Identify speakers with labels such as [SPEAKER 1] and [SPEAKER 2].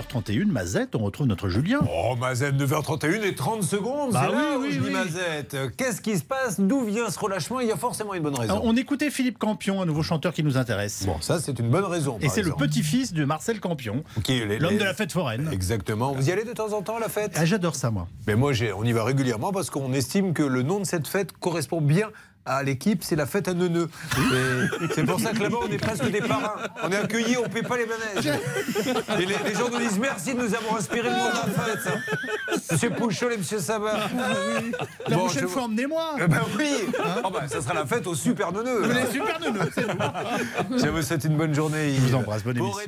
[SPEAKER 1] 9h31, Mazette, on retrouve notre Julien.
[SPEAKER 2] Oh, Mazette, 9h31 et 30 secondes,
[SPEAKER 1] Bah
[SPEAKER 2] c'est là
[SPEAKER 1] oui,
[SPEAKER 2] où
[SPEAKER 1] oui,
[SPEAKER 2] je dis
[SPEAKER 1] oui.
[SPEAKER 2] Mazette. Qu'est-ce qui se passe D'où vient ce relâchement Il y a forcément une bonne raison.
[SPEAKER 1] Alors, Euh, on écoutait Philippe Campion, un nouveau chanteur qui nous intéresse.
[SPEAKER 2] Bon, ça, c'est une bonne raison.
[SPEAKER 1] Et c'est le petit-fils de Marcel Campion, l'homme de la fête foraine.
[SPEAKER 2] Exactement. Vous y allez de temps en temps à la fête
[SPEAKER 1] Ah, J'adore ça, moi.
[SPEAKER 2] Mais moi, j'ai- on y va régulièrement parce qu'on estime que le nom de cette fête correspond bien à l'équipe, c'est la fête à neuneux. Et C'est pour ça que là-bas, on est presque des parrains. On est accueillis, on ne paie pas les manèges. Et les, les gens nous disent merci de nous avoir inspiré le nom de la fête. ça. Monsieur Pouchol et Monsieur Sabat.
[SPEAKER 1] Ah La
[SPEAKER 2] Bon, je-
[SPEAKER 1] prochaine fois, emmenez-moi.
[SPEAKER 2] Eh ben oui Oh ben, Ça sera la fête au super neuneux.
[SPEAKER 1] Vous
[SPEAKER 2] là.
[SPEAKER 1] êtes super neuneux, c'est nous.
[SPEAKER 2] Je vous souhaite une bonne journée. Je
[SPEAKER 1] vous embrasse, bonne émission.